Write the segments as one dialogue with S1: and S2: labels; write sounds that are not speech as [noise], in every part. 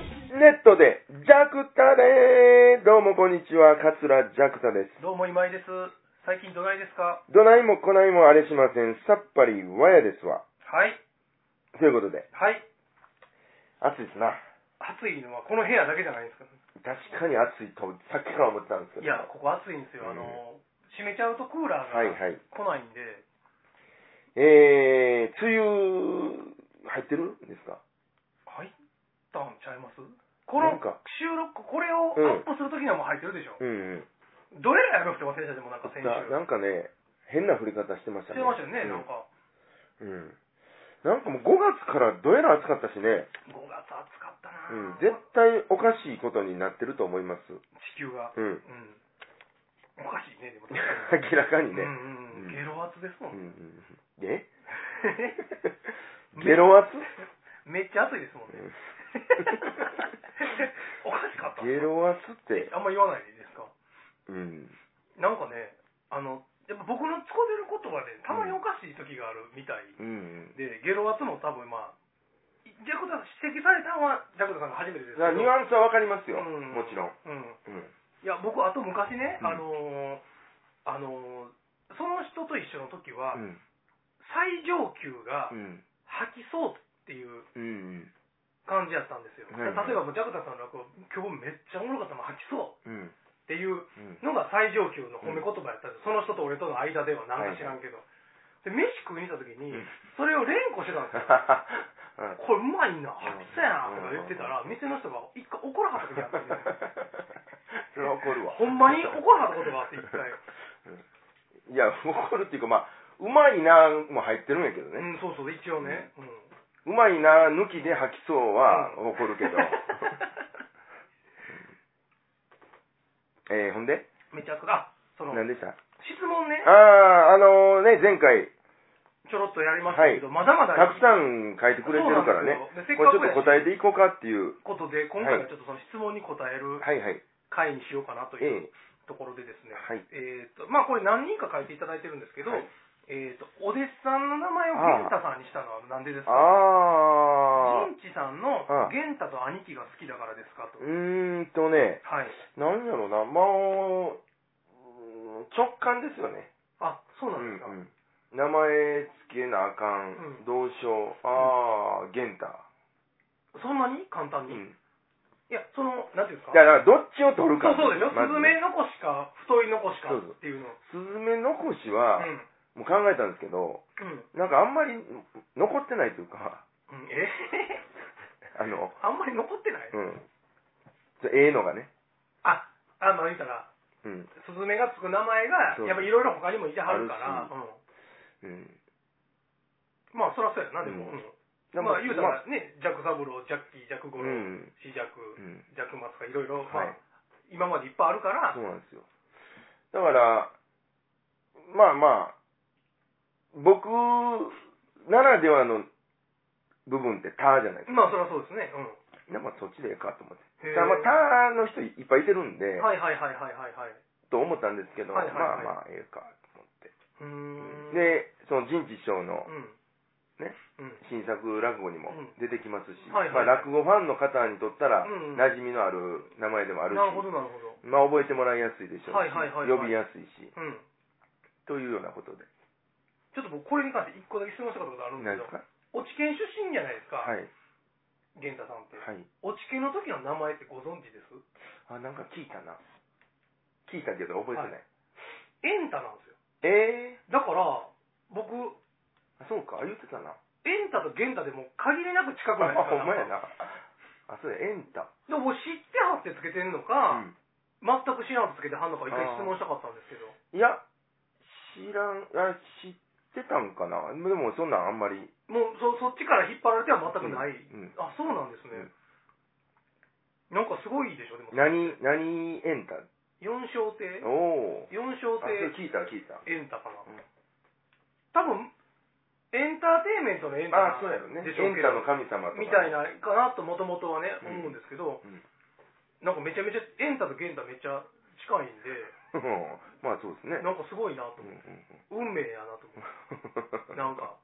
S1: ットで、ジャクタでーどうもこんにちは、桂ジャクタです。
S2: どうも今井です。最近どないですか
S1: どないもこないもあれしません。さっぱりわやですわ。
S2: はい。
S1: ということで、
S2: はい。
S1: 暑いですな。
S2: 暑いのはこの部屋だけじゃないですか。
S1: 確かに暑いと、さっきから思ってたんですけ
S2: い
S1: ど。
S2: や、ここ暑いんですよ。あの、閉めちゃうとクーラーが
S1: はいはい。
S2: 来ないんで、
S1: えー、梅雨、入ってるんですか
S2: 入ったんちゃいますこの
S1: なんか
S2: 収録、これを
S1: うん
S2: アップするときにはもう入ってるでしょ。
S1: うんうん。
S2: どれらやろうって忘れちゃってもなんか先
S1: な
S2: 週。
S1: なんかね、変な降り方してました
S2: して
S1: ね。
S2: ましたよね、なんか。
S1: うん。うん。なんかもう5月からどえら暑かったしね、
S2: 5月暑かったな、
S1: うん、絶対おかしいことになってると思います。
S2: 地球が。
S1: うん。 [laughs]
S2: うん。 [laughs] おかしいね、でも。
S1: 明らかにね。
S2: うんうんうん。ゲロ暑ですも
S1: うん
S2: ん。
S1: うんうんえゲロ圧
S2: [laughs] めっちゃ暑いですもんね。 [laughs] おかしかった。
S1: ゲロ圧って、
S2: あんま言わないでいいですか。
S1: うん。
S2: なんかね、あの、やっぱ僕の使ってる言葉で、たまにおかしい時があるみたい
S1: うん。
S2: で、ゲロ圧も多分まあ、ジャクダ指摘されたのは、ジャクダさんが初めてですけど。
S1: ニュアンスはわかりますよ、
S2: うん
S1: もちろん。
S2: うん。
S1: うん。
S2: いや、僕、あと昔ね、
S1: うん
S2: あのーあのーその人と一緒の時は、
S1: うん。
S2: 最上級が
S1: うん。
S2: 吐きそうっていう
S1: うん。
S2: 感じやったんですよ。
S1: はいはい
S2: 例えば、もうジャクダさんの落語、今日めっちゃおもろかったもん吐きそう
S1: うん。
S2: っていう
S1: うん。
S2: のが最上級の褒め言葉やったんです、その人と俺との間ではなんか知らんけど、で飯食いに行った時に、
S1: うん
S2: それを連呼してたんです
S1: [laughs]
S2: よこれうまいな吐きそうやなとか言ってたら、店の人が一回怒らはった時あったんです
S1: そ
S2: よ
S1: れは怒るわ。
S2: ほんまに怒らはったことがあって一
S1: [laughs]
S2: 回、
S1: いや、怒るっていうか、まあ、うまいなも入ってるんやけど
S2: う
S1: ね。
S2: んそうそう一応ね、うん
S1: うまいな抜きで吐きそうは
S2: うん
S1: 怒るけど。えー、ほんで
S2: [laughs] めっちゃ熱くあその
S1: 何でした
S2: 質問ね
S1: ああ、あのね、前回、
S2: ちょろっとやりましたけど、まだまだ
S1: たくさん書いてくれてるからね。
S2: そうなんですよ
S1: これちょっ
S2: で
S1: と
S2: せっかくやし
S1: 答えていこうかっていう。
S2: ことで今回はちょっとその質問に答える
S1: はいはい。
S2: 回にしようかなと
S1: え
S2: いう
S1: え
S2: ところでですね、
S1: はい
S2: えーとまあ、これ何人か書いていただいてるんですけど、
S1: はい
S2: えー、とお弟子さんの名前を源太さんにしたのはなんでですか
S1: ああ、
S2: 銀地さんの
S1: ああ
S2: 源太と兄貴が好きだからですかと、
S1: うーんとね、
S2: はい、
S1: なんやろうな、まあ、うーん直感ですよね。
S2: あそう
S1: う
S2: なんですか、
S1: んうん名前つけなあか
S2: うん
S1: ん、どうしよう、ああ、玄太。
S2: そんなに簡単
S1: う
S2: に、い
S1: ん。
S2: やそのなんていうんです
S1: だ
S2: か
S1: から、どっちを取る
S2: そ
S1: か。
S2: うそうでしょ、
S1: ま
S2: ス
S1: ず
S2: ズメの子しか太いの子しか
S1: そうそう
S2: っていうの
S1: スズメ残しは、
S2: うん
S1: もう考えたんですけど、
S2: うん
S1: なんかあんまり残ってないというか、 [laughs]
S2: うんえ [laughs]
S1: あの、
S2: あんまり残ってない、
S1: うん。ちょええのがね。
S2: ああまあ言ったら
S1: うん。
S2: スズメがつく名前
S1: そ
S2: が
S1: う
S2: やっぱいろいろ他にもいてはるか
S1: ある
S2: ら
S1: し
S2: うん
S1: うん。
S2: まあそりゃそうやなでも、
S1: うん
S2: うん
S1: でも
S2: まあ言うたらね、ジャック・サブロー、ジャッキー、ジャック・ゴ
S1: う
S2: ロー、
S1: ん。
S2: シジャク、
S1: うん。
S2: ジャック・マスカ、いろいろ、
S1: は
S2: まあ
S1: い。
S2: 今までいっぱいあるから
S1: そ、うなんですよ。だから、まあまあ、僕ならではの部分ってターじゃないです
S2: まあそりゃそうですね。うん。
S1: か。でもそっちでええかと思って。
S2: へー
S1: ただまあ、ターの人いっぱいいてるんで、
S2: はいはいはいはいはいはい。
S1: と思ったんですけど、
S2: はいはいはい
S1: まあまあ、ええかと思って。
S2: うーん。
S1: で、その人事師匠の
S2: うん。
S1: ね。
S2: うん。
S1: 新作落語にも
S2: うん
S1: 出てきますし、
S2: はいはい
S1: まあ、落語ファンの方にとったら、
S2: うんうん
S1: 馴染みのある名前でもあるし
S2: な、るほどなるほど。
S1: まあ、覚えてもらいやすいでしょうし、
S2: はいはいはいはい
S1: 呼びやすいし、
S2: うん。
S1: というようなことで。
S2: ちょっと僕これに関して一個だけ質問したことがあるんで
S1: 何
S2: す
S1: で
S2: けど
S1: す、か
S2: 落ち研出身じゃないですか、
S1: はい。
S2: 源太さんって。
S1: はい。
S2: 落ち研の時の名前ってご存知です
S1: あ、なんか聞いたな。聞いたけど覚えてない。
S2: エンタなんですよ。
S1: え
S2: だから、僕、
S1: ー、あそうか、言ってたな。
S2: エンタと源太でも限りなく近くない
S1: あ、
S2: です
S1: ほん
S2: か
S1: まや
S2: なんか
S1: な。あ、そうや、エンタ。
S2: でも僕知ってはってつけてんの
S1: う
S2: か、
S1: ん。
S2: 全く知らんとつけてはんのか一回質問したかったんですけど
S1: いや、知らん、あ、知ってたんかな。でも、そんなんあんまり。
S2: もうそそっちから引っ張られては全くない、
S1: うんうん
S2: あそうなんですね、なんかすごいでしょでも
S1: 何、何エンタ
S2: 四小亭
S1: おお。
S2: 四小
S1: あ、それ聞い
S2: 亭
S1: た、聞いた。
S2: エンタかな、
S1: うん
S2: 多分エンターテインメントのエン
S1: あ、
S2: タ
S1: そうやろね。
S2: でしょ
S1: エ
S2: う
S1: ン
S2: け
S1: タの
S2: ど
S1: 神様とか。
S2: みたい。なかなともともとはね、
S1: うん
S2: 思うんですけど、
S1: うん
S2: なんかめちゃめちゃエンタとゲンタめっちゃ近いんで
S1: [laughs] まあ、そうですね。
S2: なんかすごいな
S1: う
S2: と
S1: んう
S2: 思うん
S1: うん
S2: 運命やなと思うな
S1: [laughs]
S2: んか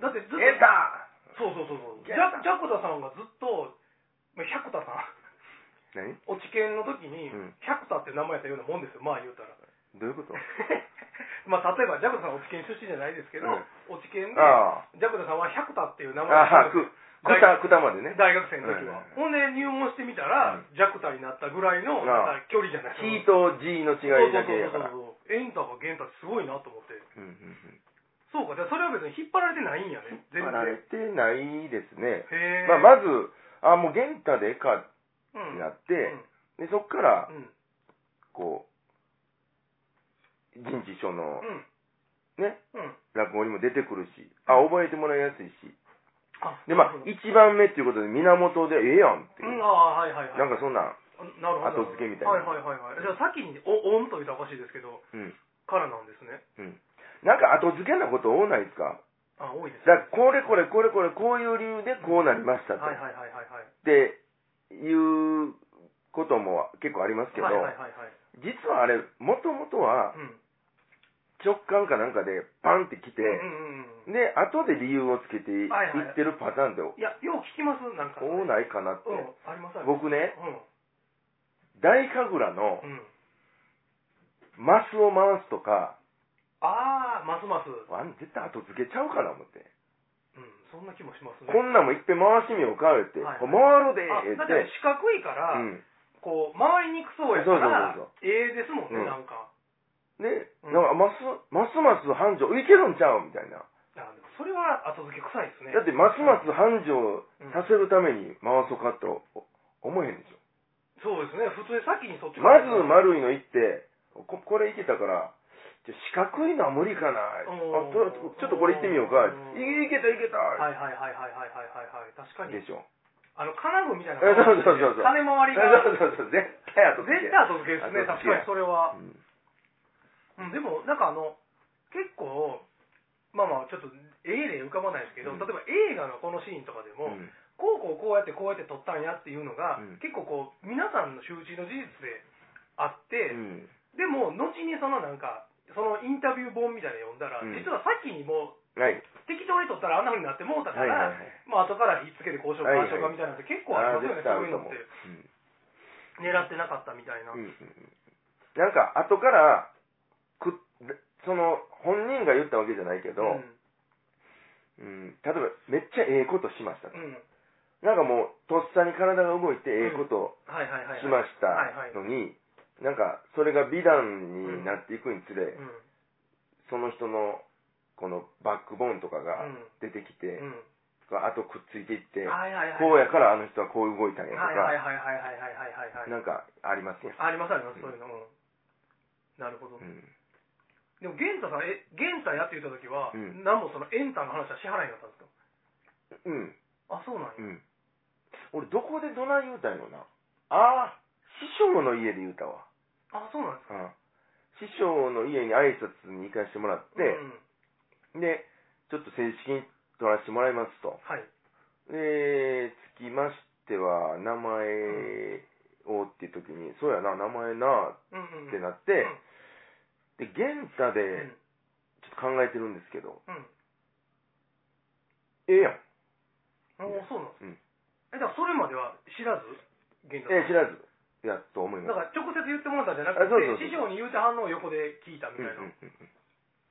S2: だってずっと
S1: エンタ
S2: そうそうそうそう。ジ
S1: ギャ
S2: ャ
S1: ンタ [laughs]
S2: ジャコタさんがずっと、まあ百田さん
S1: 何
S2: 落ち券の時に
S1: うん
S2: 百田って名前やったようなもんですよまあ言うたら
S1: どういう [laughs] こと
S2: [laughs] まあ例えばジャクダさん落ち券出身じゃないですけど、
S1: うん
S2: 落ち券で
S1: あ
S2: ジャクダさんは百田っていう名
S1: あ。
S2: 前
S1: ああ、
S2: ったん
S1: く
S2: で
S1: く
S2: すよ、
S1: た、くたまでね。
S2: 大学生の時は、
S1: うん
S2: ほんで入門してみたら、ジャクタになったぐらいの
S1: ああ
S2: なんか距離じゃない
S1: キーと G の違いだけやから。
S2: そうそうそうそうエンタがゲンタってすごいなと思って
S1: うんうんうん
S2: そうかじゃあそれは別に引っ張られてないんやね全
S1: まあ慣れ
S2: 然
S1: てないですね。
S2: へえ
S1: まあ、まず、あ、もう元太でええかってな
S2: っ
S1: って、で、そっから
S2: う、んうん
S1: こう、人事所の
S2: うん
S1: ね、
S2: うん
S1: 落語にも出てくるし、あ、覚えてもらいやすいし。
S2: あ
S1: で、まあ
S2: なる、ほど
S1: 一番目っていうことで、源でええやんっていうう。
S2: んああはいはいはい
S1: なんかそんなん、
S2: なるほど
S1: 後付けみたいな
S2: はいはいはいはいじゃあ先におオンと言ったらおかしいですけど
S1: うん、
S2: からなんですね
S1: うん。なんか後付けなこと多ないですか
S2: あ多いです
S1: だ
S2: ね
S1: これこれこれこれこういう理由でこうなりましたと、
S2: はいはいはいはいはい
S1: っていうことも結構ありますけど、
S2: はいはいはいはい
S1: 実はあれもともとは
S2: うん
S1: 直感かなんかでパンってきて、
S2: うんうんうん
S1: で後で理由をつけてい
S2: はいはい
S1: ってるパターンで
S2: いやよう聞きますなんか
S1: 多ないかなって、
S2: うんありますあります
S1: 僕ね
S2: う
S1: 大神楽の
S2: んうん
S1: マスを回すとか
S2: ああますます
S1: あん絶対後付けちゃうかな思って、
S2: うんそんな気もしますね
S1: こんなんもいっぺん回してみようか言って、
S2: はいはい
S1: こう回るで
S2: あ
S1: 言
S2: だっ
S1: って
S2: て四角いから、
S1: うん
S2: こう回りにくそうやから
S1: そうそうそう
S2: ええですもんね、
S1: うん
S2: なんか
S1: で、
S2: うん
S1: なんかますますます繁盛いけるんちゃうみたいな
S2: あでもそれは後付け臭いですね
S1: だってますます繁盛
S2: うん
S1: させるために回そうかと思えへんでし
S2: そうですね普通に先にそっち
S1: ょ。まず
S2: ず
S1: 丸いの行って、ここれいけたから、じゃあ四角いのは無理かな。あ
S2: おー
S1: とちょっとこれ行ってみようか。
S2: お
S1: い
S2: ー
S1: いけたいけた、
S2: はいはいはいはいはいはいはいはい確かに
S1: でしょ。
S2: あの金具みたいな
S1: えそうそうそうそう
S2: 金
S1: そ
S2: 回
S1: う
S2: り
S1: [laughs]
S2: が
S1: そうそう、絶対後
S2: 絶
S1: 付け
S2: 対後付けですね
S1: 後
S2: 確
S1: 付け
S2: かにそれは、
S1: うん
S2: うん、でもなんかあの結構まあまあちょっと絵で浮かばないですけど、
S1: うん
S2: 例えば映画のこのシーンとかでも、
S1: うん
S2: こうこうこうやってこうやって撮ったんやっていうのが、
S1: うん
S2: 結構こう皆さんの周知の事実であって、
S1: うん
S2: でも後にそのなんかそのインタビュー本みたいなの読んだら、
S1: うん
S2: 実はさっきにもう
S1: はい。
S2: 適当に撮ったらあんな風になってもうた
S1: はい
S2: か
S1: はいはい
S2: ら、。まあ後から引っつけて交渉か
S1: はいはい
S2: 交渉かみたいなのって結構ありますよね、
S1: あー絶対あ
S2: そう
S1: る
S2: いう
S1: と
S2: の
S1: 思
S2: っ
S1: うう
S2: て
S1: ん
S2: 狙ってなかったみたいな、
S1: うんうんうんなんか後からくその本人が言ったわけじゃないけど、
S2: うん
S1: うん例えばめっちゃええことしましたと、
S2: うん
S1: なんかもうとっさに体が動いてええこと
S2: はいはいはいは
S1: し
S2: い
S1: ました
S2: はいはい
S1: のに、なんかそれが美談になっていくにつれ、
S2: うん
S1: その人のこのバックボーンとか
S2: う
S1: が
S2: ん
S1: 出てきて、
S2: うん
S1: あとくっついていって、
S2: はいはいはい
S1: こうやからあの人はこう動いたんやとか、
S2: はいはいはいはいはいはいはいはい
S1: なんかありますやん、
S2: ありますありますそういうの、うんなるほど、
S1: うん
S2: でも玄太さんえ玄太やって言った時は、
S1: うん
S2: なんもそのエンタの話は支払いになったんです
S1: うん
S2: かあそうな
S1: う
S2: んや、
S1: ん俺どこでどない言うたんやろなああ師匠の家で言うたわ、
S2: あそうなんです
S1: うん、師匠の家に挨拶に行かしてもらっ
S2: か
S1: て、
S2: うん
S1: で、ちょっと正式に取らせてもらいますと。
S2: はい
S1: で、つきましては、名前をっていう時に、そうやな、名前な、
S2: うんうんうん
S1: ってなって、で、玄太
S2: うん
S1: で、ちょっと考えてるんですけど、
S2: うん
S1: ええやん。
S2: おーそうなんで
S1: うん
S2: す、えだからそれまでは知らず玄太
S1: ええ、
S2: さん
S1: 知らず。や、と思い
S2: だ
S1: ます。
S2: から直接言ってもらったんじゃなく
S1: あそうそうそう
S2: て師匠に言うて反応を横で聞いたみ
S1: うん
S2: た
S1: うん
S2: いな、
S1: うんうん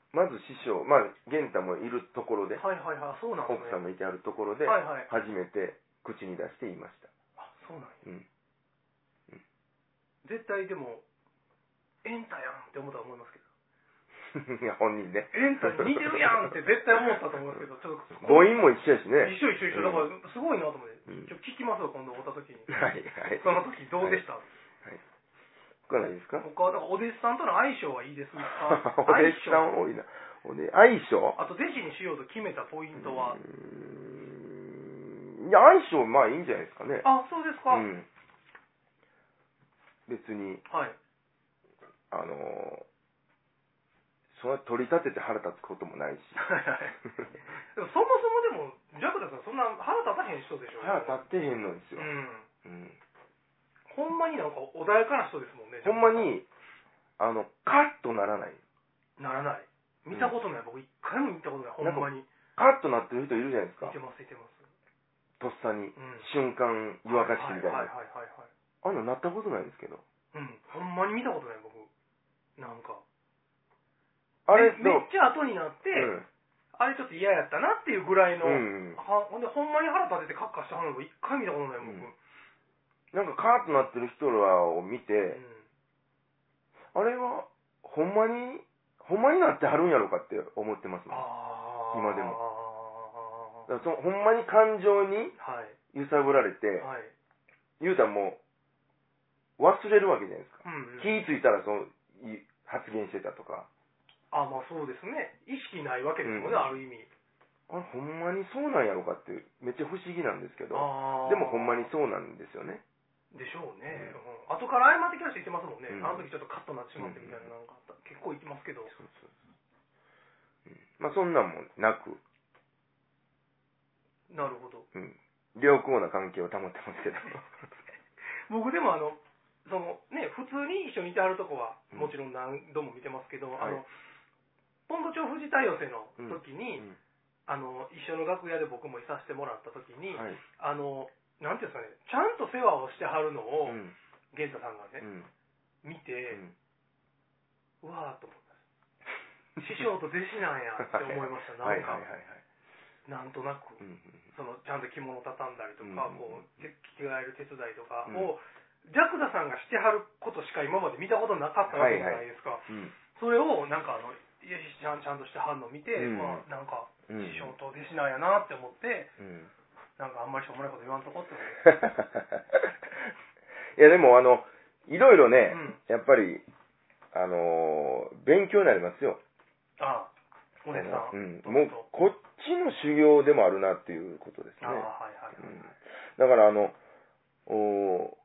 S1: まず師匠、まあ、玄太もいるところで、
S2: はいはいはいそうなんです
S1: 奥さん
S2: ね
S1: もいてあるところで、
S2: はいはい
S1: 初めて口に出して言いました。
S2: あそうなんや
S1: うん。
S2: 絶対でもエンタやんって思ったと思いますけど [laughs]
S1: いや、本人ね。
S2: エンタに似てるやんって絶対思ったと思うんですけどちょっと
S1: 母音も一緒やし
S2: 一
S1: ね。
S2: 緒一緒一緒だからすごいなと思って、
S1: うん
S2: ちょっと聞きますよ今度おった時に
S1: はいはい。
S2: その時どうでした、
S1: 他ないですか
S2: 他だからお弟子さんとの相性はいいです
S1: [laughs]
S2: か
S1: お弟子さん多いな。おね、相性
S2: あと弟子にしようと決めたポイントは、
S1: うーんいや、相性、まあいいんじゃないですかね。
S2: あそうですか、
S1: うん。別に、
S2: はい
S1: あのーそんな取り立てて腹立つことも
S2: [laughs]
S1: ないし。
S2: でもそもそもでもジャクダさんそんな腹立たへん人でしょ
S1: 腹立ってへんのですよ
S2: う。ん
S1: うん。
S2: ほんまになんか穏やかな人ですもんね
S1: ほんまに、あの、カッとならない。
S2: ならない見たことない、僕一回も見たことないほんまに
S1: カッとなってる人いるじゃないです
S2: い
S1: か
S2: て。ますいてます
S1: とっさに
S2: う、ん
S1: 瞬間、湯沸かしてみたい
S2: は
S1: な。
S2: いはいはいはいはい
S1: あんななったことないですけど。
S2: うんほんまに見たことない僕なんか
S1: あれ、
S2: めめ
S1: そう
S2: っちゃ後になって、あれちょっと嫌やったなっていうぐらいの、
S1: うん。うん。
S2: はほんでほんまに腹立ててカッカしてはるの一回見たことない僕、
S1: う
S2: うんん
S1: なんかカーッとなってる人らを見て、あれは、ほんまに、ほんまになってはるんやろうかって思ってますもん
S2: ああ
S1: 今でも
S2: は
S1: だからそのほんまに感情に
S2: い
S1: 揺さぶられて、
S2: はい
S1: 言うたらもう、忘れるわけじゃないですか。
S2: うんうん
S1: 気ぃついたら、その、い発言してたとか。
S2: あまあそうですね意識ないわけですも
S1: う
S2: んね、
S1: ん
S2: ある意味
S1: あれ、ほんまにそうなんやろうかって、めっちゃ不思議なんですけど。
S2: あー
S1: でもほんまにそうなんですよね。
S2: でしょうね、うん後から謝ってきた人いてますもんね、
S1: うん
S2: あの時ちょっとカットなってしまってみたいななんかあった結構いきますけど
S1: そうそうそううんまあ、そんなんもなく、
S2: なるほど
S1: うん。良好な関係を保ってますけど。
S2: 僕でもあのそのね普通に一緒にいてはるとこは
S1: うん
S2: もちろん何度も見てますけど、
S1: はい
S2: あのポンド町富士太陽星の時に、
S1: うん
S2: あの一緒の楽屋で僕もいさせてもらった時に、
S1: はい。
S2: あのなんていうんですかねちゃんと世話をしてはるの
S1: う
S2: を、
S1: ん。
S2: 源太さんが
S1: う
S2: ね、
S1: ん。
S2: 見て、うわーっと思ったんです師匠と弟子なんやって思いました
S1: [laughs] は
S2: ないん
S1: はい
S2: か、
S1: はいはい。
S2: なんとなく
S1: うんうん
S2: そのちゃんと着物畳んだりとか、
S1: うん
S2: こうて着替える手伝いとかを、ジャクダさんがしてはることしか今まで見たことなかったわけじゃないですか、
S1: うん
S2: それをなんかあのいやちゃんちゃんとしてはるのを見て、
S1: うん
S2: まあ、なんか
S1: うん
S2: 師匠と弟子なんやなって思って、
S1: うん
S2: なんかあんまりしょうもないこと言わんとこって思って
S1: いやでもあのいろいろね、
S2: うん
S1: やっぱりあのー勉強になりますよ
S2: ああお姉さん、
S1: うん、
S2: ど
S1: もう
S2: ぞ
S1: こっちの修行でもあるなっていうことです
S2: あ
S1: ね
S2: あ、はいはい
S1: うん
S2: はい、
S1: だからあのお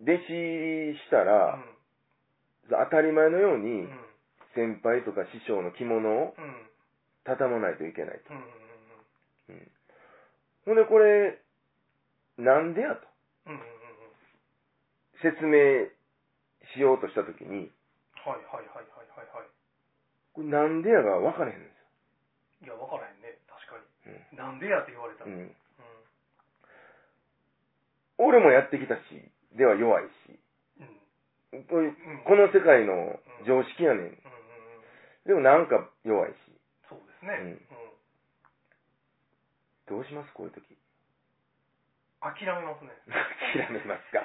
S1: 弟子入りしたら、当たり前のよう
S2: うん
S1: に
S2: うん
S1: 先輩とか師匠の着物を
S2: うんうん
S1: 畳まないといけない
S2: うん
S1: と、うんほんでこれなんでやと
S2: うんうんうんうん
S1: 説明しようとしたときに、
S2: はいはいはいはいはいはい
S1: これなんでやが分からへんんで
S2: いや分からへんね確か
S1: すよ。
S2: になんでやって言われた
S1: う
S2: ら、
S1: ん。
S2: うん
S1: 俺もやってきたし、では弱いし、
S2: うん
S1: これ
S2: うん
S1: この世界の常識やねん。
S2: うんうんうん
S1: でもなんか弱いし、
S2: そうですね、
S1: うん
S2: うん
S1: どうしますこういう時 [laughs]
S2: 諦めますね
S1: 諦めます
S2: [laughs]
S1: か。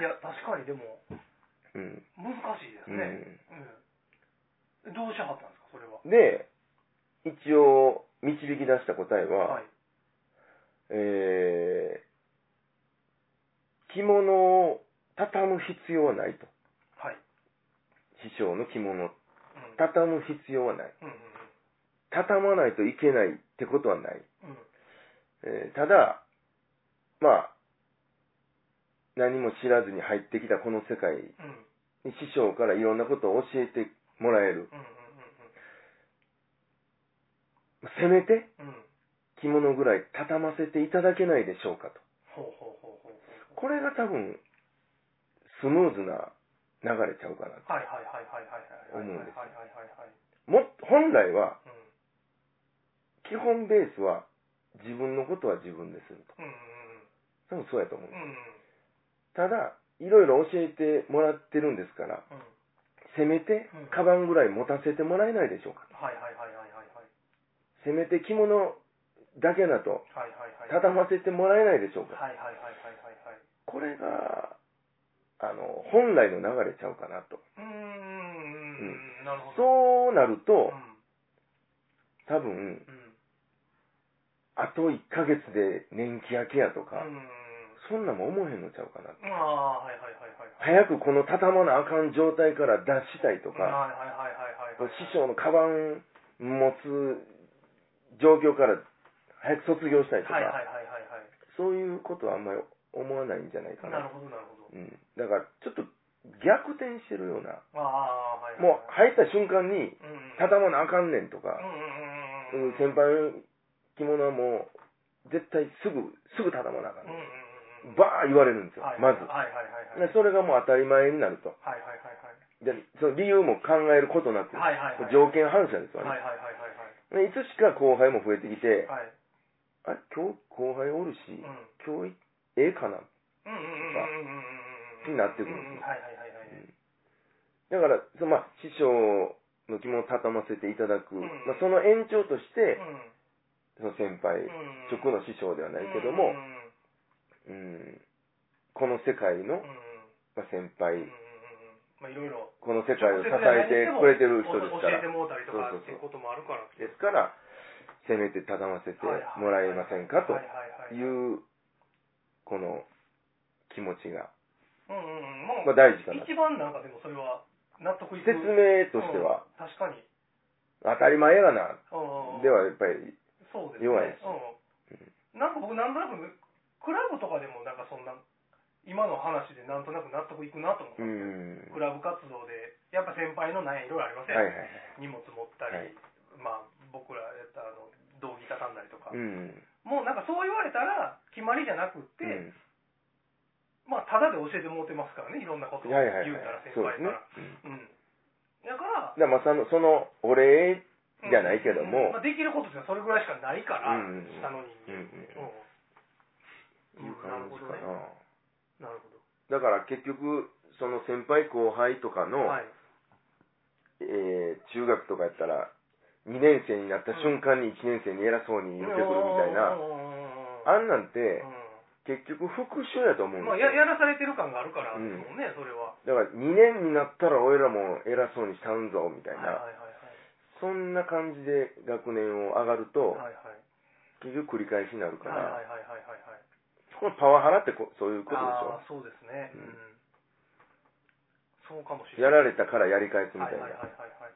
S2: いや確かにでも
S1: うん。
S2: 難しいです
S1: う
S2: ね、
S1: ん
S2: うんどうしはったんですかそれは
S1: で、一応、導き出した答えは、
S2: はい
S1: えー、着物を畳む必要はないと。
S2: はい
S1: 師匠の着物を
S2: うん
S1: 畳む必要はない。
S2: うんうん
S1: 畳まないといけないってことはない。
S2: うんうん
S1: えーただ、まあ、何も知らずに入ってきたこの世界
S2: うん
S1: に師匠からいろんなことを教えてもらえる。
S2: うん
S1: せめて
S2: うんうんうん
S1: 着物ぐらい畳ませていただけないでしょうかと。
S2: ほうほうほうほうほ
S1: これが多分、スムーズな流れちゃうかな。
S2: うはいはいはいはいはいはいはいはい
S1: 思うんです
S2: はいはいはいはい
S1: もっ、本来は、
S2: うん
S1: 基本ベースは自分のことは自分ですると。
S2: うん
S1: 多分そうやと思う
S2: うんう。んうん
S1: ただ、いろいろ教えてもらってるんですから、
S2: うん
S1: せめて
S2: うん、
S1: カバンぐらい持たせてもらえないでしょうか。
S2: はいはいはいはいはいはい
S1: せめて着物だけだと、
S2: はいはいはい
S1: 畳ませてもらえないでしょうか。
S2: はいはいはいはいはいはい
S1: これが、あの、本来の流れちゃうかなと。
S2: うーんなるほ
S1: そう
S2: ど
S1: なると
S2: う、
S1: 多分、
S2: んうん
S1: あと1ヶ月で年季明けやとか、
S2: うん
S1: そんなんも思えへんのちゃうかな。
S2: ああはいはいはいはいはい
S1: 早くこの畳まなあかん状態から脱したいとか、
S2: はいはいはいはいはい
S1: 師匠のカバン持つ状況から早く卒業したいとか、
S2: はいはいはいはいはい
S1: そういうことはあんまり思わないんじゃないかな
S2: なるほどなるほど
S1: うん、だからちょっと逆転してるような、
S2: ああはいはい
S1: もう入った瞬間に、
S2: ううん
S1: 畳まなあかんねんとか、
S2: う
S1: うん
S2: うんうんうん
S1: ん、先輩の着物はもう、絶対すぐ、すぐ畳まなあかんね
S2: うんうんう
S1: ん。
S2: ん
S1: バー言われるんですよ、
S2: はい
S1: まず。
S2: はいはいはいは
S1: で
S2: い
S1: それがもう当たり前になると。
S2: はいはいはいはい
S1: で、その理由も考えることなく、
S2: はいはいはい
S1: 条件反射ですよ
S2: はいはい
S1: ね、
S2: はいは
S1: でい
S2: い
S1: つしか後輩も増えてきて、
S2: はい
S1: あ
S2: はい
S1: れ、今日後輩おるし、
S2: うん
S1: 今日いええかなっ
S2: うんうんうんうんうんうんうんうん
S1: になってくるんですよ
S2: うんうんはい
S1: だか
S2: はいはいはい。
S1: ら、そのまあ、師匠の気持ちを畳ませていただく、
S2: うん
S1: まあ、その延長として、そ
S2: うん
S1: の先輩、
S2: うん
S1: 直の師匠ではないけど
S2: う
S1: も
S2: ん、
S1: うん、この世界の
S2: うんうんうん
S1: まあ先輩
S2: うんうんうん、まあいろいろ。
S1: この世界を支えてくれてる人ですから
S2: 教えて、もうたりとか
S1: そうそうそう
S2: っていうこともあるから。
S1: ですから、せめて畳ませてもらえませんかと
S2: はいはいはい。
S1: い
S2: うんう
S1: う、
S2: ん
S1: この気持ちが、
S2: うん。も
S1: まあ、
S2: う、
S1: 大事かな。
S2: 一番なんかでもそれは納得いく。
S1: 説明としては、
S2: うん。確かに。
S1: 当たり前やがな、
S2: うん
S1: ではやっぱり、
S2: そうですね。
S1: 弱いし
S2: うん。なんか僕なんとなく、クラブとかでもなんかそんな、今の話でなんとなく納得いくなと思
S1: う
S2: う。
S1: ん、
S2: クラブ活動で、やっぱ先輩のなんやいろいろありませ
S1: はいはい
S2: ん。
S1: はい。
S2: 荷物持った
S1: はい
S2: り、まあ僕らやったらあの、道着畳んだりとか
S1: う。ん。
S2: もうなんかそう言われたら、決まりじゃなくって、
S1: うん
S2: まあ、ただで教えてもうてますからね、いろんなことを
S1: はいはいはい
S2: 言うたら、先
S1: そう
S2: 輩
S1: ですね
S2: か
S1: だか
S2: ら。うん。だから、
S1: らまあその、そのお礼、
S2: うん
S1: じゃないけども
S2: まあ、できることってのはそれぐらいしかないから、
S1: うん
S2: 下の人
S1: うん
S2: 間って。うん
S1: いう
S2: な
S1: 感
S2: る
S1: じ
S2: ほど
S1: か
S2: ね。
S1: な。
S2: なるほど。
S1: だから結局、その先輩後輩とかの、
S2: はい。
S1: えー中学とかやったら、2年生になった瞬間に1年生に偉そうに言ってくるみたいな、
S2: あ
S1: あんなんて、
S2: う。
S1: 結局復讐やと思うんん
S2: まあ、
S1: です
S2: や
S1: よ。
S2: やらされてる感があるから、
S1: う
S2: もうんね、それは。
S1: だから2年になったら俺らも偉そうにしたんぞ、みたい
S2: はい
S1: な。
S2: はいはい
S1: そんな感じで学年を上がると、
S2: はい。はいはい。
S1: 結局繰り返しになるか
S2: はいは
S1: ら、
S2: いはいはいはいはい。
S1: このパワハラってこそういうことでし
S2: ああ、そうですね。う
S1: うん
S2: ん。そうかもし
S1: ょ。
S2: れ
S1: や。ら
S2: ない
S1: れたからやり返すみ
S2: は
S1: た
S2: い
S1: い
S2: はいはい
S1: な。
S2: はいはい、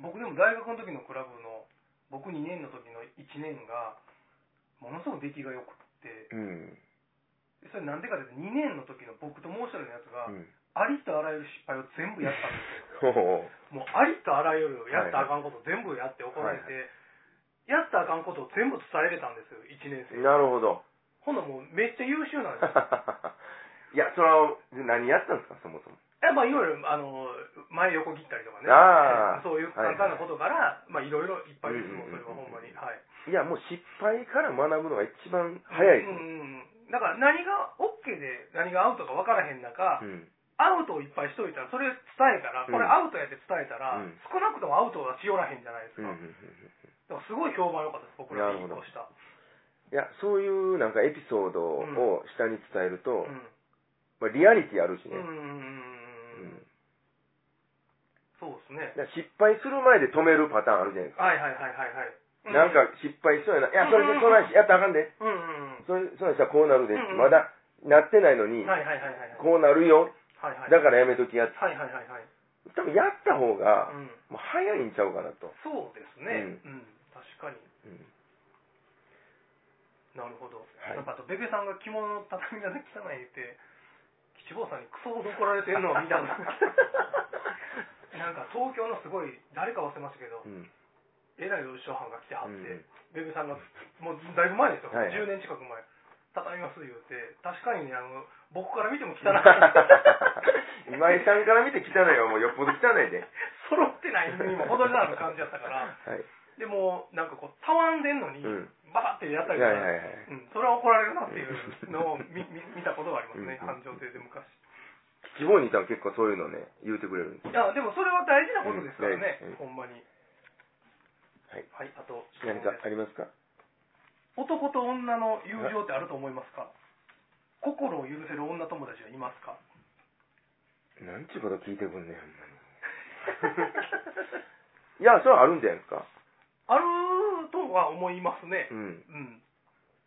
S1: うん
S2: 僕でも大学の時のクラブの僕2年の時の1年がものすごく出来が良くって
S1: うん。
S2: でそれなんでかというと2年の時の僕ともう一人のやつが、
S1: うん
S2: ありとあらゆる失敗を全部やったんで
S1: ほうほ
S2: すよもうありとあらゆるやったらあかんこと全部やって怒られて、やったらあかんことを全部伝えれたんですよ1年
S1: う
S2: 生
S1: なるほど。 [laughs]
S2: ほんならもうめっちゃ優秀なんですよ
S1: いや、それは何やったんですか、そもそも。
S2: えまあいろいろあの前横切ったりとかね
S1: あー
S2: そういう簡単なことから、いまあいろいろいっぱいですもんそれはほんまに、はい
S1: いや、もう失敗から学ぶのが一番早いで
S2: う
S1: す
S2: んうんうん、だから何が OK で何がアウトか分からへん中、
S1: うん。
S2: アウトをいっぱいしといたらそれ伝えたら、
S1: うん
S2: これアウトやって伝えたら、
S1: うん
S2: 少なくともアウトはしよらへんじゃないです
S1: うん
S2: か、
S1: うんうんう
S2: だ
S1: ん
S2: からすごい評判良かったです僕ら
S1: なる
S2: に
S1: ほど
S2: こうした、
S1: いや、そういうなんかエピソードを下に伝えると
S2: う、ん
S1: まあ、リアリティあるし
S2: うん
S1: ね。
S2: うんうんう
S1: う
S2: ん
S1: ん
S2: そうですね
S1: だから失敗する前で止めるパターンあるじゃないです
S2: はいはいはいはいはい
S1: か。なんか失敗しそうやな。いや、それでそないし、やったらあかんで。
S2: うんうん
S1: それ、そないしたらこうなるで
S2: うん。
S1: まだなってないの
S2: う
S1: に
S2: ん、はいはいはいはいはい
S1: こうなるよ。
S2: はいはい
S1: だからやめときや。
S2: はいはいはいはい
S1: 多分やった方が、
S2: うん
S1: もう早いんちゃうかなと。
S2: そうですねうん、確かに
S1: うん
S2: なるほど、
S1: はい
S2: やっぱあとベベさんが着物の畳がね汚いって吉坊さんにクソほど怒られてるのを
S1: [laughs]
S2: 見たのなんか東京のすごい誰か忘れましたけど
S1: う
S2: [laughs]
S1: ん
S2: えらいお師匠はんが来てはって、
S1: うん
S2: ベベさんがもうだいぶ前ですよ、
S1: はい
S2: 10年近く前畳みます言うて確かにねあの僕から見ても汚い
S1: [laughs] 今井さんから見て汚いはもうよっぽど汚いで。
S2: [laughs] 揃ってないのにも程がある感じだったから
S1: [laughs] はい。
S2: でもなんかこうたわんでんのに、
S1: うん
S2: バカってやった
S1: はい
S2: り
S1: は
S2: とか
S1: いはい。
S2: うん、それは怒られるなっていうのを見見見たことがありますね、
S1: うん
S2: 繁盛亭で昔。
S1: 地方にいたら結構そういうのね、言うてくれるんです
S2: いや、でもそれは大事なことですからね、
S1: うん大事
S2: ほんまに。
S1: はい。
S2: はい、あと、
S1: 何かありますか
S2: 男と女の友情ってあると思いますか心を許せる女友達はいます
S1: [laughs]
S2: か
S1: なんちゅうこと聞いてくんねん、ほんまに。いや、それはあるんじゃないですか。
S2: あるとは思いますね
S1: う。ん。
S2: うん。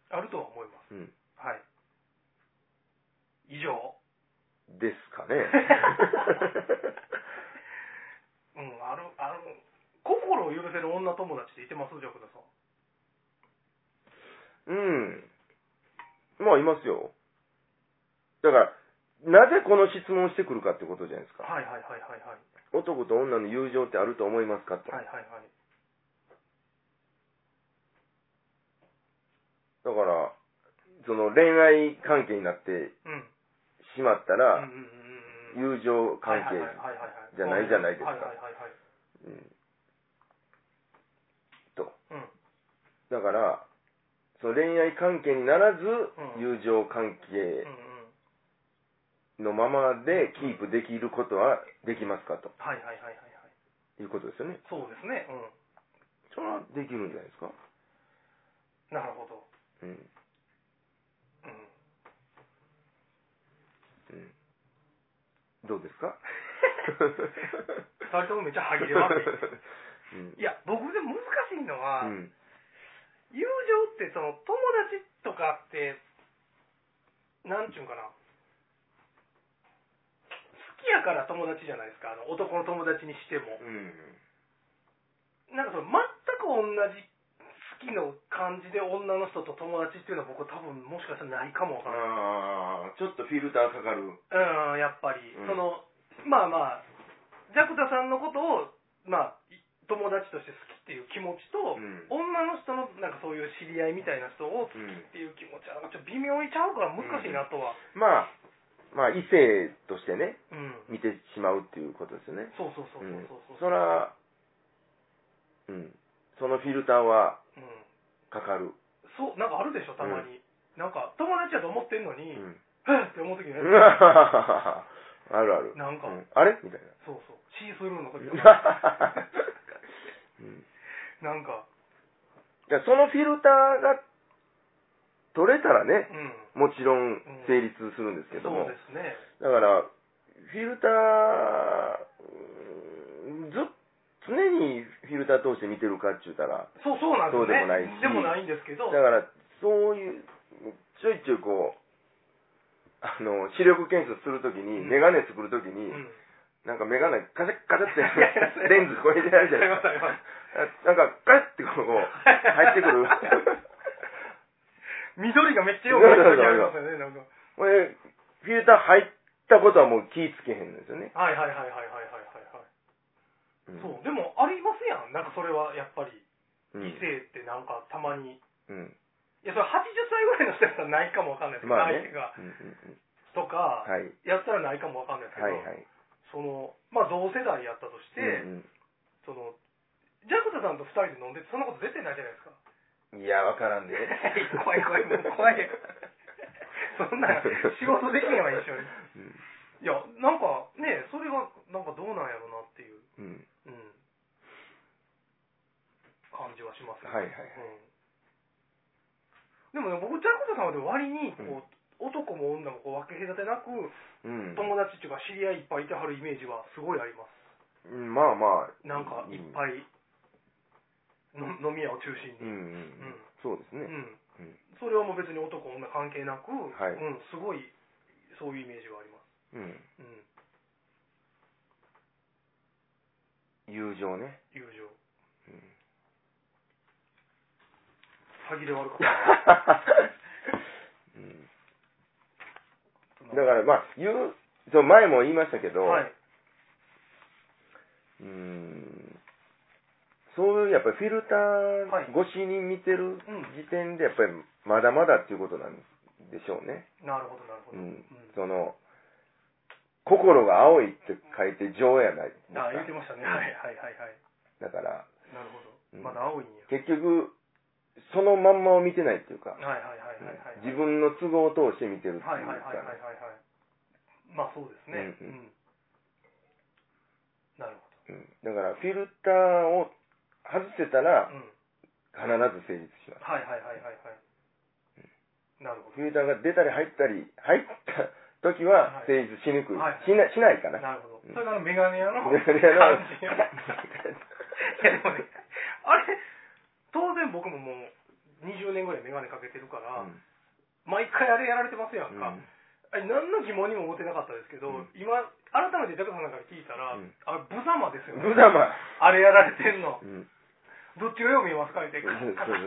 S2: あるとは思いま
S1: うん。
S2: す。はい。以上。
S1: です
S2: [laughs]
S1: かね。
S2: うん、ある、ある。心を許せる女友達っていてますじゃあ、くださん。
S1: うん。まあ、いますよ。だから、なぜこの質問をしてくるかってことじゃないですか。
S2: はいはいはいはいはい。
S1: 男と女の友情ってあると思いますかと。
S2: はいはいはい。
S1: だから、その恋愛関係になって
S2: うん。
S1: しまった
S2: うん
S1: ら、
S2: うんうんうん
S1: 友情関係じゃないじゃないですか
S2: はいはいはいは
S1: う
S2: い。
S1: んと。
S2: うん。
S1: だから、その恋愛関係にならず、
S2: ん
S1: 友情関係
S2: うんうん
S1: のままでキープできることはできますかと
S2: はいはいはいはいはい
S1: いうことですよね。
S2: そうですねうん
S1: それはできるんじゃないですか。
S2: なるほど
S1: うん。
S2: うん
S1: うん。どうです
S2: [laughs]
S1: か
S2: 二人ともめっちゃ歯切れ
S1: [laughs]
S2: 悪い
S1: うん
S2: いや僕でも難しいのは、
S1: うん。
S2: 友情ってその友達とかってなんちゅうんかな好きやから友達じゃないですかあの男の友達にしても
S1: うん。
S2: なんかその全く同じ好きの感じで女の人と友達っていうのは僕多分もしかしたらないかもわからない
S1: ああ、ちょっとフィルターかかる。
S2: うん、やっぱり、
S1: うん
S2: そのまあまあジャクタさんのことをまあい友達として好きっていう気持ちと、
S1: うん
S2: 女の人のなんかそういう知り合いみたいな人を好き
S1: うん
S2: っ。ていう気持ちはなんかちょっと微妙にちゃうから難しいなとは、
S1: まあ、まあ、異性としてね、
S2: うん
S1: 見てしまうっていうことですよね。
S2: そうそうそう
S1: うん
S2: そうそう
S1: そら、うん。そのフィルターは
S2: うん、
S1: かかる。
S2: そうなんかあるでしょたまに、なんか友達やと思ってんの
S1: う
S2: に、
S1: ん。
S2: はっって思う時
S1: [laughs]
S2: に、
S1: うわあるある。
S2: なんか
S1: うんあれみたいな。
S2: そうそうシースルーの
S1: [laughs]
S2: 時とか
S1: うん
S2: なんか
S1: いやそのフィルターが取れたらね、
S2: うん
S1: もちろん成立するんですけど
S2: そう
S1: も、
S2: ですね
S1: だから、フィルター、うんずっ常にフィルター通して見てるかって言ったら、
S2: そうそうなんですね
S1: そうでもないし
S2: でもないんですけど
S1: だから、そういう、ちょいちょいこう、あの、視力検査するときに、
S2: うん
S1: メガネ作るときに、
S2: うん
S1: なんかメガネカチャッカチャって
S2: [laughs] いやいやそ
S1: レ
S2: れ
S1: ンズこれでやるじゃないですか
S2: ありますありま。
S1: なんかカチッてこう、入ってく
S2: [laughs]
S1: る。
S2: 緑がめっちゃよく入ってる時ありますよね、なんか。
S1: これ、フィルター入ったことはもう気ぃつけへんんですよね。
S2: はいはいはいはいはいはいはい。
S1: うん
S2: そう、でもありますやん。なんかそれはやっぱり、
S1: うん。
S2: 異性ってなんかたまに。
S1: うん。
S2: いや、それ80歳ぐらいの人やったらないかもわかんないですけど、
S1: まあね
S2: 相手が
S1: うんうんうん
S2: とか、
S1: はい。
S2: やったらないかもわかんないですけ
S1: は
S2: ど、
S1: いはい。
S2: その、まあ同世代やったとして、
S1: うん
S2: その、ジャクタさんと二人で飲んでてそんなこと絶対ないじゃないですか。。
S1: うんいや、わからん [laughs] で
S2: 怖い怖い、もう怖い。 [laughs] そんな、仕事できへんわ、一緒に。いや、なんかね、それがなんかどうなんやろうなっていう、
S1: うん。うん。
S2: うん、感じはしますね。
S1: はいはいはい
S2: うん、でもね、僕、ジャクタさんはでも割にこう、男も女もこう分け隔てなく、
S1: うん。
S2: 友達っていうか、知り合いいっぱいいてはるイメージはすごいあります。
S1: うんまあまあ。
S2: なんかいっ
S1: い。
S2: ぱい、の飲み屋を中心
S1: う
S2: に。
S1: んうんうん。そうです
S2: う
S1: ね。
S2: ん
S1: うん
S2: それはもう別に男、女関係なく、
S1: はい
S2: うん、すごいそういうイメージはあります。
S1: うん。
S2: うん、
S1: 友情
S2: [laughs]
S1: ね。
S2: 友情。
S1: うん
S2: 歯切れ悪かった。
S1: うんだからまあ言うそう前も言いましたけど、
S2: はい。
S1: うーんそういうやっぱりフィルタ
S2: はい
S1: ー越しに見てる
S2: うん
S1: 時点でやっぱりまだまだっていうことなんでしょうね、
S2: なるほど、なるほ
S1: う
S2: ど。
S1: ん
S2: うん
S1: その「心が青い」って書いて「情」やないです
S2: あ
S1: か
S2: 言ってましたね。はいはいはいはい。
S1: だから
S2: なるほど。
S1: うん
S2: まだ青いんや。
S1: 結局そのまんまを見てないっていうか、
S2: はいはいはいはいはい。
S1: 自分の都合を通して見てるっていうか、
S2: はいはいはいはいはいはい。まあそうですね。
S1: うん
S2: うんなる
S1: うんだからフィルターを外せたら
S2: ほど。うん。
S1: 必ず成立します。
S2: はいはいはいはいはい。なるほ
S1: フィルターが出たり入ったり、入った時は成立しにくい。
S2: はい
S1: しなしないか
S2: ど。
S1: な。
S2: なるほど。それからメガネ屋
S1: [laughs]
S2: の
S1: メ
S2: 感
S1: ガ
S2: じ
S1: ネ屋の
S2: いやでもね、あれ、当然僕ももう20年ぐらいメガネかけてるから、
S1: うん
S2: 毎回あれやられてますやん
S1: う
S2: か。
S1: ん
S2: あれ何の疑問にも思ってなかったですけど、
S1: うん
S2: 今改めてジャクさんなんかに聞いたら、
S1: うん
S2: あれ無様ですよね
S1: 無様。
S2: あれやられてんの
S1: うん
S2: どっちがよう見えますかみたいな
S1: [laughs] そうそうそう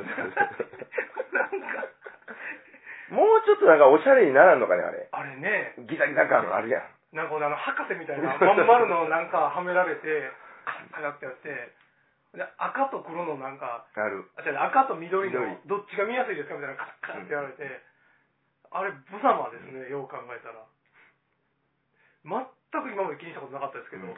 S2: なんか
S1: もうちょっとなんかおしゃれにならんのかね、あれ。
S2: あれね
S1: ギザギザ感あるやん。
S2: なんかあの博士みたいなまん丸のなんかはめられてカラッカラってやってで赤と黒のなんか
S1: ある。
S2: あ違う赤と緑の
S1: 緑
S2: どっちが見やすいですかみたいなカラッカラってやられて、あれ無様ですねよう考えたら全く今まで気にしたことなかったですけど、
S1: もう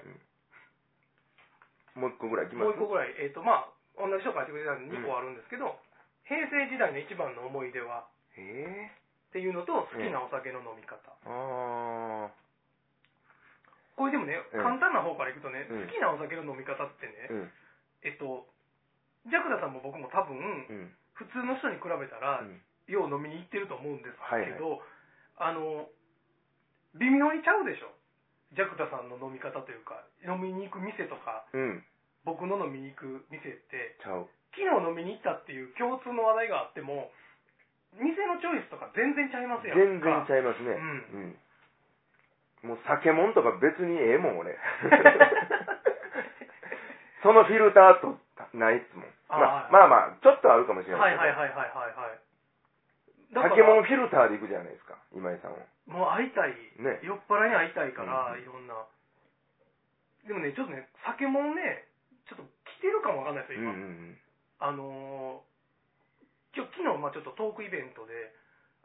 S1: 一個ぐらいいきま
S2: もう
S1: す
S2: 一個ぐらい、えっ、と、まあ、同じ人が書いてくれたんで
S1: うん
S2: 2個あるんですけど、平成時代の一番の思い出は
S1: え
S2: っていうのと、好きなお酒の飲み方。
S1: ー、あ
S2: これでもね、
S1: うん
S2: 簡単な方からいくとね、
S1: うん
S2: 好きなお酒の飲み方って
S1: ー、
S2: ね、
S1: うん、
S2: えっと、ジャクダさんも僕も多分、
S1: うん、
S2: 普通の人に比べた
S1: う
S2: ら、
S1: ん、
S2: よう飲みに行ってると思うんです
S1: はい
S2: けど、あの、微妙にちゃうでしょ。ジャクダさんの飲み方というか、飲みに行く店とか、
S1: うん、
S2: 僕の飲みに行く店って、
S1: ちゃう。
S2: 昨日飲みに行ったっていう共通の話題があっても、店のチョイスとか全然ちゃいますよ。
S1: 全然ちゃいますね。うん。も
S2: う
S1: う酒もんとか別にええもん、
S2: [laughs]
S1: 俺。そのフィルターとないっすもん。ま
S2: あ
S1: あ
S2: ー
S1: まあまあ、ちょっとあるかもしれ
S2: は
S1: ないい
S2: はい
S1: け
S2: はいはいはいはい。
S1: ど。
S2: だから
S1: 酒もんフィルターで行くじゃないですか、今井さんは。
S2: もう会いたい、
S1: ね
S2: 酔っ払いに会いたいから、
S1: うん
S2: いろんな。でもね、ちょっとね、酒もね、ちょっと来てるかもわかんないです
S1: う
S2: よ、
S1: んう
S2: 今。
S1: ん
S2: あのー、今日、昨日、まあちょっとトークイベントで、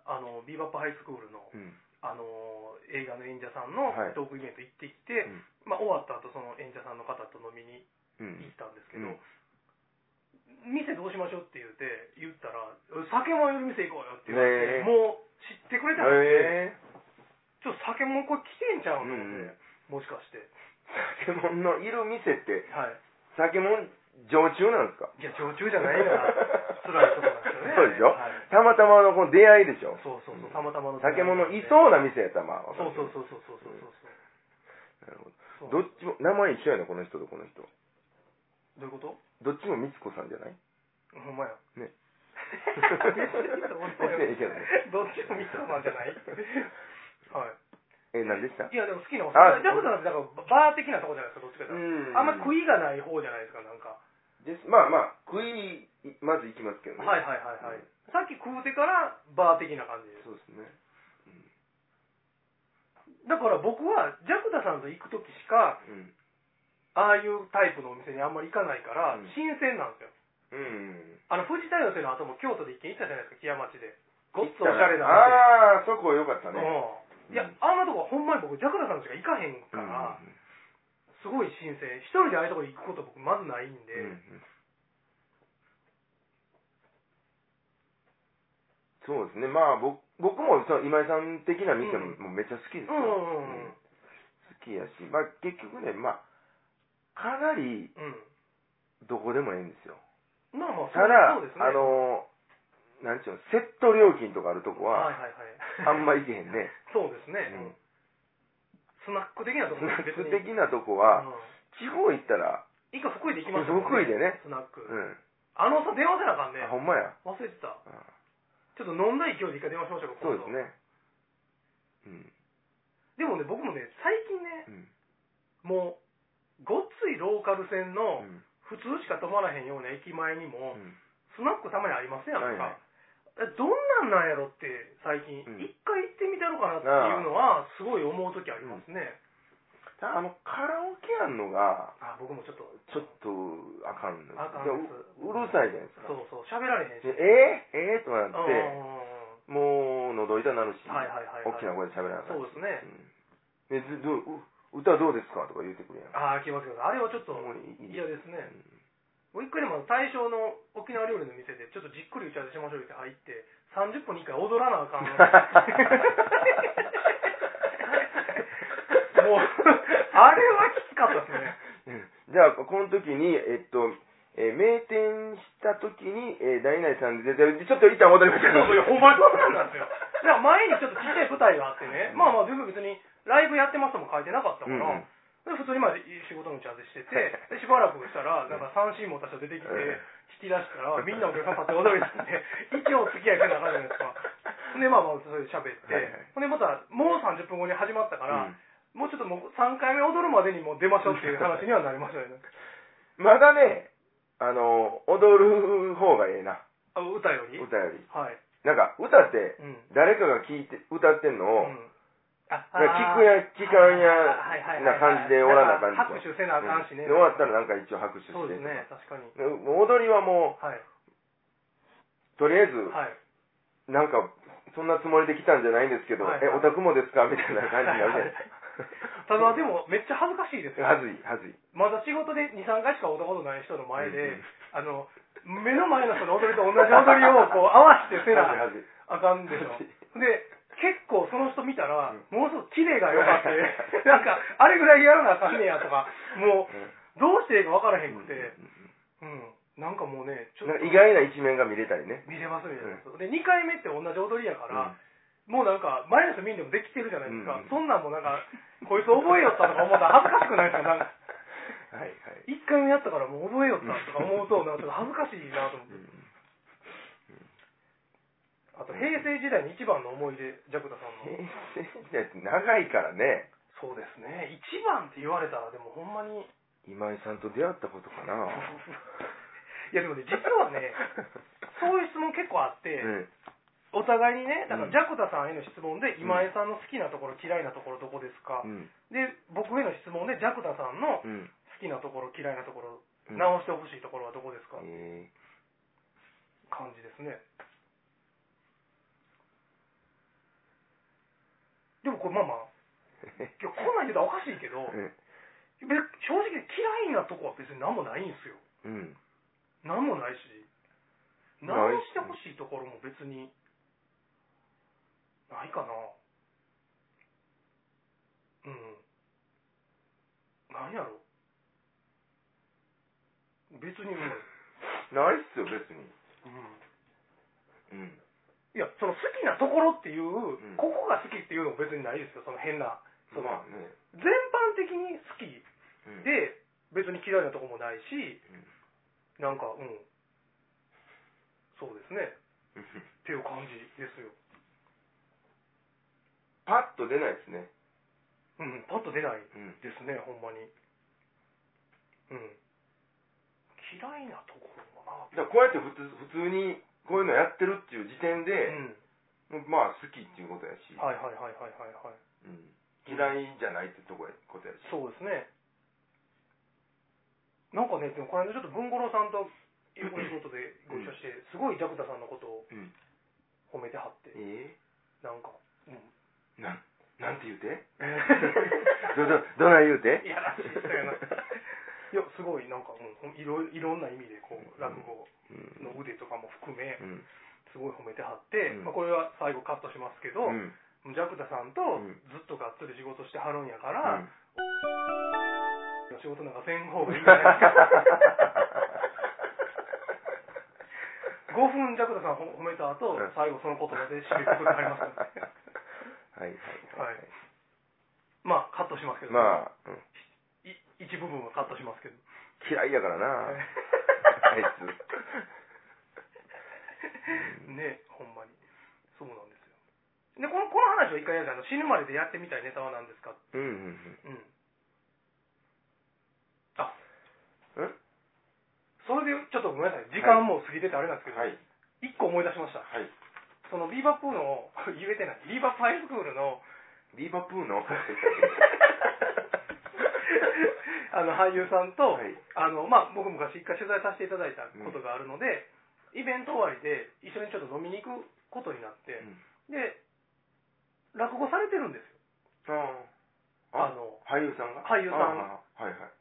S2: あのー、ビーバップハイスクールの、
S1: うん。うん。
S2: あのー、映画の演者さんの
S1: はい
S2: トークイベント行ってきて、
S1: うん
S2: まあ終わった後、その演者さんの方と飲みに
S1: う
S2: 行
S1: ん
S2: っ。たんですけど、
S1: うん
S2: 店どうしましょうって言って、言ったら、酒も売る店行こうよって言わ
S1: ねえ
S2: れて、もう知ってくれたんですね。
S1: ええ
S2: ちょっと酒もんこれ来てんちゃう
S1: うん
S2: の、
S1: うん
S2: もしかして。
S1: 酒もんのいる店って、
S2: はい。
S1: 酒もん常駐なんですか
S2: いや、常駐じゃないな。
S1: [laughs]
S2: 辛いとこなんですよね。
S1: そうでしょ
S2: はい
S1: たまたまのこの出会いでしょ。
S2: そうそうそう、たまたまの。
S1: 酒ものいそうな店やったら、まあ、わか
S2: そ
S1: る
S2: うそうそうそうそうそう
S1: なるほど。
S2: そう。
S1: ど
S2: ど
S1: っちも、名前一緒やな、この人とこの人。
S2: どういうこと
S1: どっちもみつこさんじゃない
S2: ほんまや。 [laughs]
S1: ねい
S2: 別に
S1: やいやい
S2: どっちもミスコマンじゃない [laughs] はい。
S1: え、何でした
S2: いや、でも好きなお
S1: あ
S2: 酒。ジャコさんってだからバー的なとこじゃないですか、どっちかというと。
S1: ん
S2: あんま食
S1: い。
S2: いがない方じゃないですか、なんか。
S1: ですまあまあ、食い、まず行きますけどね。
S2: はいはいはいはい。さっき食うてから、バー的な感じです。
S1: そうですね。
S2: だから僕はジャクダさんと行く時しか
S1: うん。
S2: ああいうタイプのお店にあんまり行かないから、
S1: うん
S2: 新鮮なんですよ
S1: うん。
S2: あの富士大寄せの後も京都で一軒行ったじゃないですか木屋町でごっつおし
S1: 行った
S2: ゃれな
S1: らああ、そこ良かった
S2: 店、
S1: ね。
S2: うんいやあんなとこはほんまに僕ジャクダさんしか行かへんから、すごい新鮮一人でああいうとこに行くこと僕まずないん
S1: うんうんうんう
S2: で、
S1: んそうですね。まあ、僕僕もその今井さん的な店も
S2: うん
S1: もうめっちゃ好きです
S2: うん、
S1: よ。
S2: うんうんうん
S1: 好きやし、まあ結局ね、まあ、かなりどこでもええんですよ。
S2: まあまあ
S1: ただ、
S2: そうですね
S1: あのー、なんちゅうの、セット料金とかあるとこ
S2: は
S1: は、
S2: いはい
S1: あ
S2: はい
S1: んま行けへんね。
S2: そうですね、
S1: うん
S2: スナック的なとこ
S1: スナッ
S2: 別
S1: ク
S2: に
S1: 的なとこ
S2: う
S1: は、
S2: ん
S1: 地方行ったら、
S2: 一回福井で行きましたもん
S1: 福井でね
S2: スナック、
S1: うん。
S2: あのさ電話せなあかんね
S1: あほんまや。
S2: 忘れてた
S1: うん
S2: ちょっと飲んだ勢いで一回電話しましょうか
S1: そう
S2: 今
S1: です
S2: 度
S1: ね。うん。
S2: でもね僕もね最近ね
S1: うん。
S2: もうごっついローカル線
S1: う
S2: の
S1: ん
S2: 普通しか止まらへんような駅前にも
S1: うん
S2: スナックたまにありますやんか、
S1: はいはい
S2: えどんなんなんやろって最近
S1: うん
S2: 一、回行ってみたろかなっていうのはすごい思う時ありますね、
S1: ただあの、カラオケやんのが、
S2: あ僕もちょっと
S1: ちょっと、あかんの
S2: あか
S1: で
S2: んで
S1: う
S2: す
S1: うるさいじゃないですか。
S2: そうそう喋られへんし
S1: でえー、えー、とな
S2: う
S1: って、
S2: ん
S1: もう、喉痛なるし、
S2: はいはいはいはい
S1: 大きな声で喋らなあかん
S2: そう
S1: し
S2: ですね、
S1: うんえずどうう歌どうですかとか言ってくるやん。
S2: ああ来ますけどあれはちょっと
S1: もういい
S2: 嫌ですね、
S1: うん
S2: もう一回でも大正の沖縄料理の店でちょっとじっくり打ち合わせしましょうよって入って30分に1回踊らなあ
S1: [laughs]
S2: かん [laughs] もうあれはきつかったですね
S1: じゃあ、この時に、えっと、えー名店した時に、えー、大内さんで出てる、ちょっと一旦戻りましょ
S2: そう
S1: う。
S2: いやほんまにそうなんですよだから前にちょっとちっちゃい舞台があってねまあまあ全部別にライブやってますとも書いてなかった
S1: う
S2: から、
S1: んうん
S2: で普通にまあ仕事の打ち合わせ
S1: [laughs]
S2: してて、でしばらくしたら、なんか三振持った人出てきて、引き出したら、みんなお客さん立って踊りだして、 [laughs] 一応付き合いくなあかんじゃないですか。で、まあまあ、それで喋って、
S1: はいはい
S2: ほんでまた、もう30分後に始まったから、
S1: うん
S2: もうちょっともう3回目踊るまでにもう出ましょうっていう話にはなりました
S1: [laughs]
S2: よね。
S1: まだね、あの、踊る方がええな、
S2: あ歌より
S1: 歌より。
S2: はい。
S1: なんか、歌って、
S2: うん。
S1: 誰かが聞いて、歌ってんのを、
S2: うんあ
S1: なんか聞くや、聞かん
S2: はいはいはいはい
S1: や、な感じでおらなあかん
S2: 拍
S1: でしょ
S2: 手せなあかんし
S1: うん
S2: ね。
S1: で終わったらなんか一応拍手して。
S2: そうですね、確かに。
S1: でもう踊りはも
S2: はい。
S1: う、とりあえず、
S2: はい。
S1: なんか、そんなつもりで来たんじゃないんですけど、
S2: はいはい
S1: え、オタクもですかみたいな感じになるじゃないですか。
S2: [laughs] ただでもめっちゃ恥ずかしいですよ
S1: はずい、はずい。
S2: まだ仕事で23回しか会ったことない人の前で、
S1: うん
S2: あの目の前の人の踊りと同じ踊り
S1: [laughs]
S2: をこう合わせてせな
S1: はず
S2: あかんでしょ。で、結構その人見たら、
S1: うん
S2: ものすごくキレが良かって、 [laughs] なんか、あれぐらいやらなあかんねやとか、もう、どうしていいか分からへんくて、うん、なんかもうね、ちょ
S1: な
S2: っ
S1: ん
S2: と
S1: か意外な一面が見れたりね。
S2: 見れますね。で、2回目って同じ踊りやから、もうなんか、前の人見んでもできてるじゃないですか。
S1: うん
S2: そんなんもなんか、こいつ覚えよったとか思ったら恥ずかしくないですか、なんか。
S1: はいはい。
S2: 1回目やったからもう覚えよったとか思うと、なんかちょっと恥ずかしいなと思って。あと、平成時代に一番の思い出、ジャクタさんの。
S1: 平成時代って長いからね、
S2: そうですね。一番って言われたら、でもほんまに。 [laughs]
S1: 今井さんと出会ったことかな。
S2: いやでもね、実はね、そういう質問結構あって、
S1: うん
S2: お互いにね、だ
S1: う
S2: から
S1: ん
S2: ジャクタさんへの質問で、今井さんの好きなところ、嫌いなところどこですか、
S1: うん
S2: で、僕への質問で、ジャクタさんの好
S1: うん
S2: きなところ、嫌いなところ、
S1: うん
S2: 直してほしいところはどこですか、
S1: え
S2: 感じですね。でもこれまあまあ、いやこんなん言うたらおかしいけど、
S1: ー
S2: 別に正直嫌いなとこは別に何もないんですよ。
S1: うんうん
S2: 何もないし、
S1: ない
S2: 直してほしいところも別に、ないかな。うん。なんやろ。別に、うん。
S1: ないっすよ、別に。
S2: う
S1: う
S2: ん
S1: ん。
S2: いや、その好きなところっていう、
S1: ん
S2: ここが好きっていうのも別にないですよ、その変な。その
S1: まあね。
S2: 全般的に好き
S1: うん、
S2: で、別に嫌いなとこもないし、なんか、うん。そうですね。
S1: うん
S2: っていう感じですよ。
S1: パッと出ないですね。
S2: うん、パッと出な
S1: う
S2: い
S1: ん。
S2: ですね、ほんまに。うん。嫌いなところか
S1: だからこうやって普通普通にこういうのやってるっていう時点で、
S2: な。う
S1: も
S2: ん。
S1: うまあ好きっていうことやし、
S2: はいはいはいはいはいはい。
S1: うん、嫌いじゃないってとこやことやし。
S2: そうですね。なんかね、でもこれね、ちょっと文五郎さんとお仕事でご一緒して、すごいジャクタさんのことを
S1: うん、
S2: 褒めてはって、
S1: え
S2: なんか、うん。
S1: ー、なんなんて言うて
S2: [laughs]
S1: どどど
S2: い
S1: ない言うて
S2: いやら
S1: [laughs]
S2: しい人やなや、すごい、なんか、うんほん、いろいろんな意味で、こう、落語
S1: うん
S2: の腕とかも含め、
S1: うん
S2: すごい褒めてはって、
S1: うん
S2: まあ、これは最後カットしますけど、
S1: うん
S2: ジャクタさんと
S1: ん
S2: ずっとがっつり仕事してはるんやか
S1: う
S2: ら、
S1: ん
S2: 仕事なんかせん方がいいんじゃない
S1: [laughs]
S2: ですか5分ジャクタさんほ褒めた後、
S1: うん
S2: 最後その言葉で締めくくってはりますから
S1: はいは
S2: ね
S1: い [laughs]
S2: はいまあカットしますけど、
S1: まあ、うん、
S2: い一部分はカットしますけど
S1: 嫌いやからな、
S2: [laughs]
S1: あいつ。
S2: [laughs] ねほんまにそうなんですよでこのこの話を一回やるあの死ぬまででやってみたいネタは何ですか
S1: うんうん
S2: うんあ
S1: うん。ん
S2: それでちょっとごめんなさい時間もう過ぎててあれなんですけど、
S1: はい。
S2: 一個思い出しました
S1: はい。
S2: そのビーバップーの [laughs] 言えてないビーバップハイスクー
S1: [laughs]
S2: ルの
S1: ビーバプーの。
S2: あの俳優さんと、
S1: はい
S2: あのまあ、僕昔一回取材させていただいたことがあるので、イベント終わりで一緒にちょっと飲みに行くことになって、で落語されてるんです
S1: あ
S2: よあの
S1: 俳優さんが
S2: 俳優さん
S1: ああはいはい。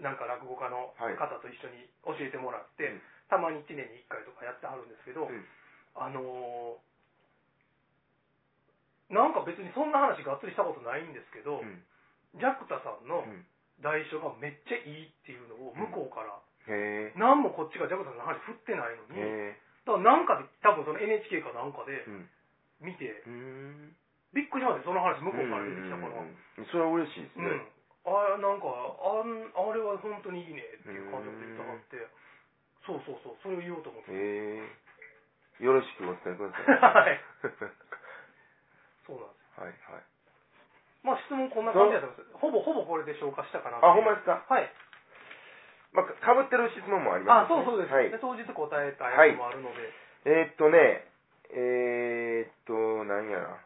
S2: なんか落語家の
S1: はい
S2: 方と一緒に教えてもらって、
S1: うん
S2: たまに1年に1回とかやってはるんですけど、
S1: うん
S2: あのーなんか別にそんな話がっつりしたことないんですけど、
S1: うん
S2: ジャクタさんの
S1: うん
S2: 代償がめっちゃいいっていうのを向こうから、
S1: へえ。
S2: 何もこっちがジャクタさんの話振ってないのに、
S1: へえ。
S2: だからなんかで多分その NHK かなんかで
S1: うん。
S2: 見て、
S1: うん。
S2: びっくりしましたその話向こうから出てきたか
S1: う
S2: ら、う
S1: ん
S2: ん
S1: うんうんそれは嬉しいですね。
S2: あなんかあんあれは本当にいいねっていう感じで言ってはって、そうそうそうそれを言おうと思って、
S1: へえ。よろしくお伝えください。
S2: はい [laughs] そうなんです
S1: はいはい。
S2: まあ質問こんな感じだと思います。ほぼほぼこれで消化したかな
S1: あ、ほんま
S2: で
S1: ですか。
S2: はい。
S1: まあ、かかぶってる質問もあり
S2: あ
S1: ま、す、
S2: そうそうです。
S1: はい
S2: で。当日答えたやつもあるので。
S1: えーっとね、えー、っと、何やな。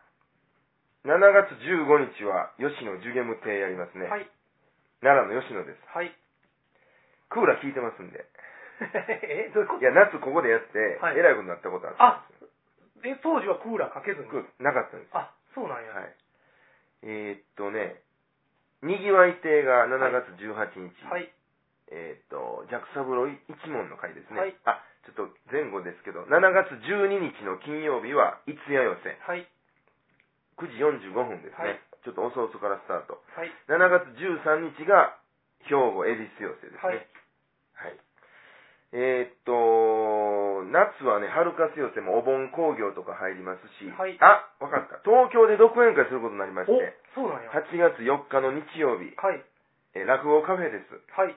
S1: 7月15日は吉野寿限無亭やりますね。
S2: はい。
S1: 奈良の吉野です。
S2: はい。 [laughs]
S1: クーラー効いてますんで。
S2: え、どういうこ
S1: い
S2: と
S1: や、夏ここでやって、
S2: はい
S1: えらいことになったことあ
S2: あ、で、当時はクーラーかけずに
S1: る。。クーなかったんです。
S2: あ、そうなんや。
S1: はい。えー、っとね、にぎわい亭が7月18日。
S2: はい。
S1: えーっと、ジャクサブロ一門の会ですね。
S2: はい
S1: あ、前後ですけど、7月12日の金曜日は、一夜予選。
S2: はい。
S1: 9時45分です
S2: はい
S1: ね。ちょっと遅々からスタート。
S2: はい。
S1: 7月13日が、兵庫恵比寿寄せです
S2: は
S1: ね
S2: い。。
S1: はい。えーっと、夏はね、春風寄せもお盆工業とか入りますし、
S2: はい
S1: あ、わかった。東京で独演会することになりまし
S2: お
S1: て、、
S2: そうなんや。はい。
S1: 8月4日の日曜日、
S2: はい。
S1: えー落語カフェです。
S2: はい。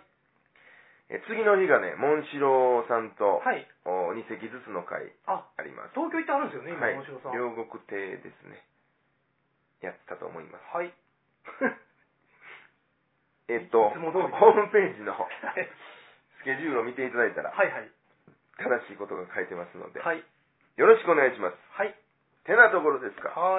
S1: えー次の日がね、モンシローさんと、お2席ずつの会
S2: あ、
S1: あります。
S2: 東京行ってあるんですよね、今、
S1: はい
S2: 面白さん。
S1: 両国亭ですね。やったと思います。
S2: はい。
S1: えっと、
S2: いつ
S1: ホ
S2: も通り
S1: ームページの
S2: はい
S1: スケジュールを見ていただいたら、
S2: はいはい。
S1: 正しいことが書いてますので、
S2: はい。
S1: よろしくお願いします。
S2: はい。
S1: てなところですか。
S2: はい。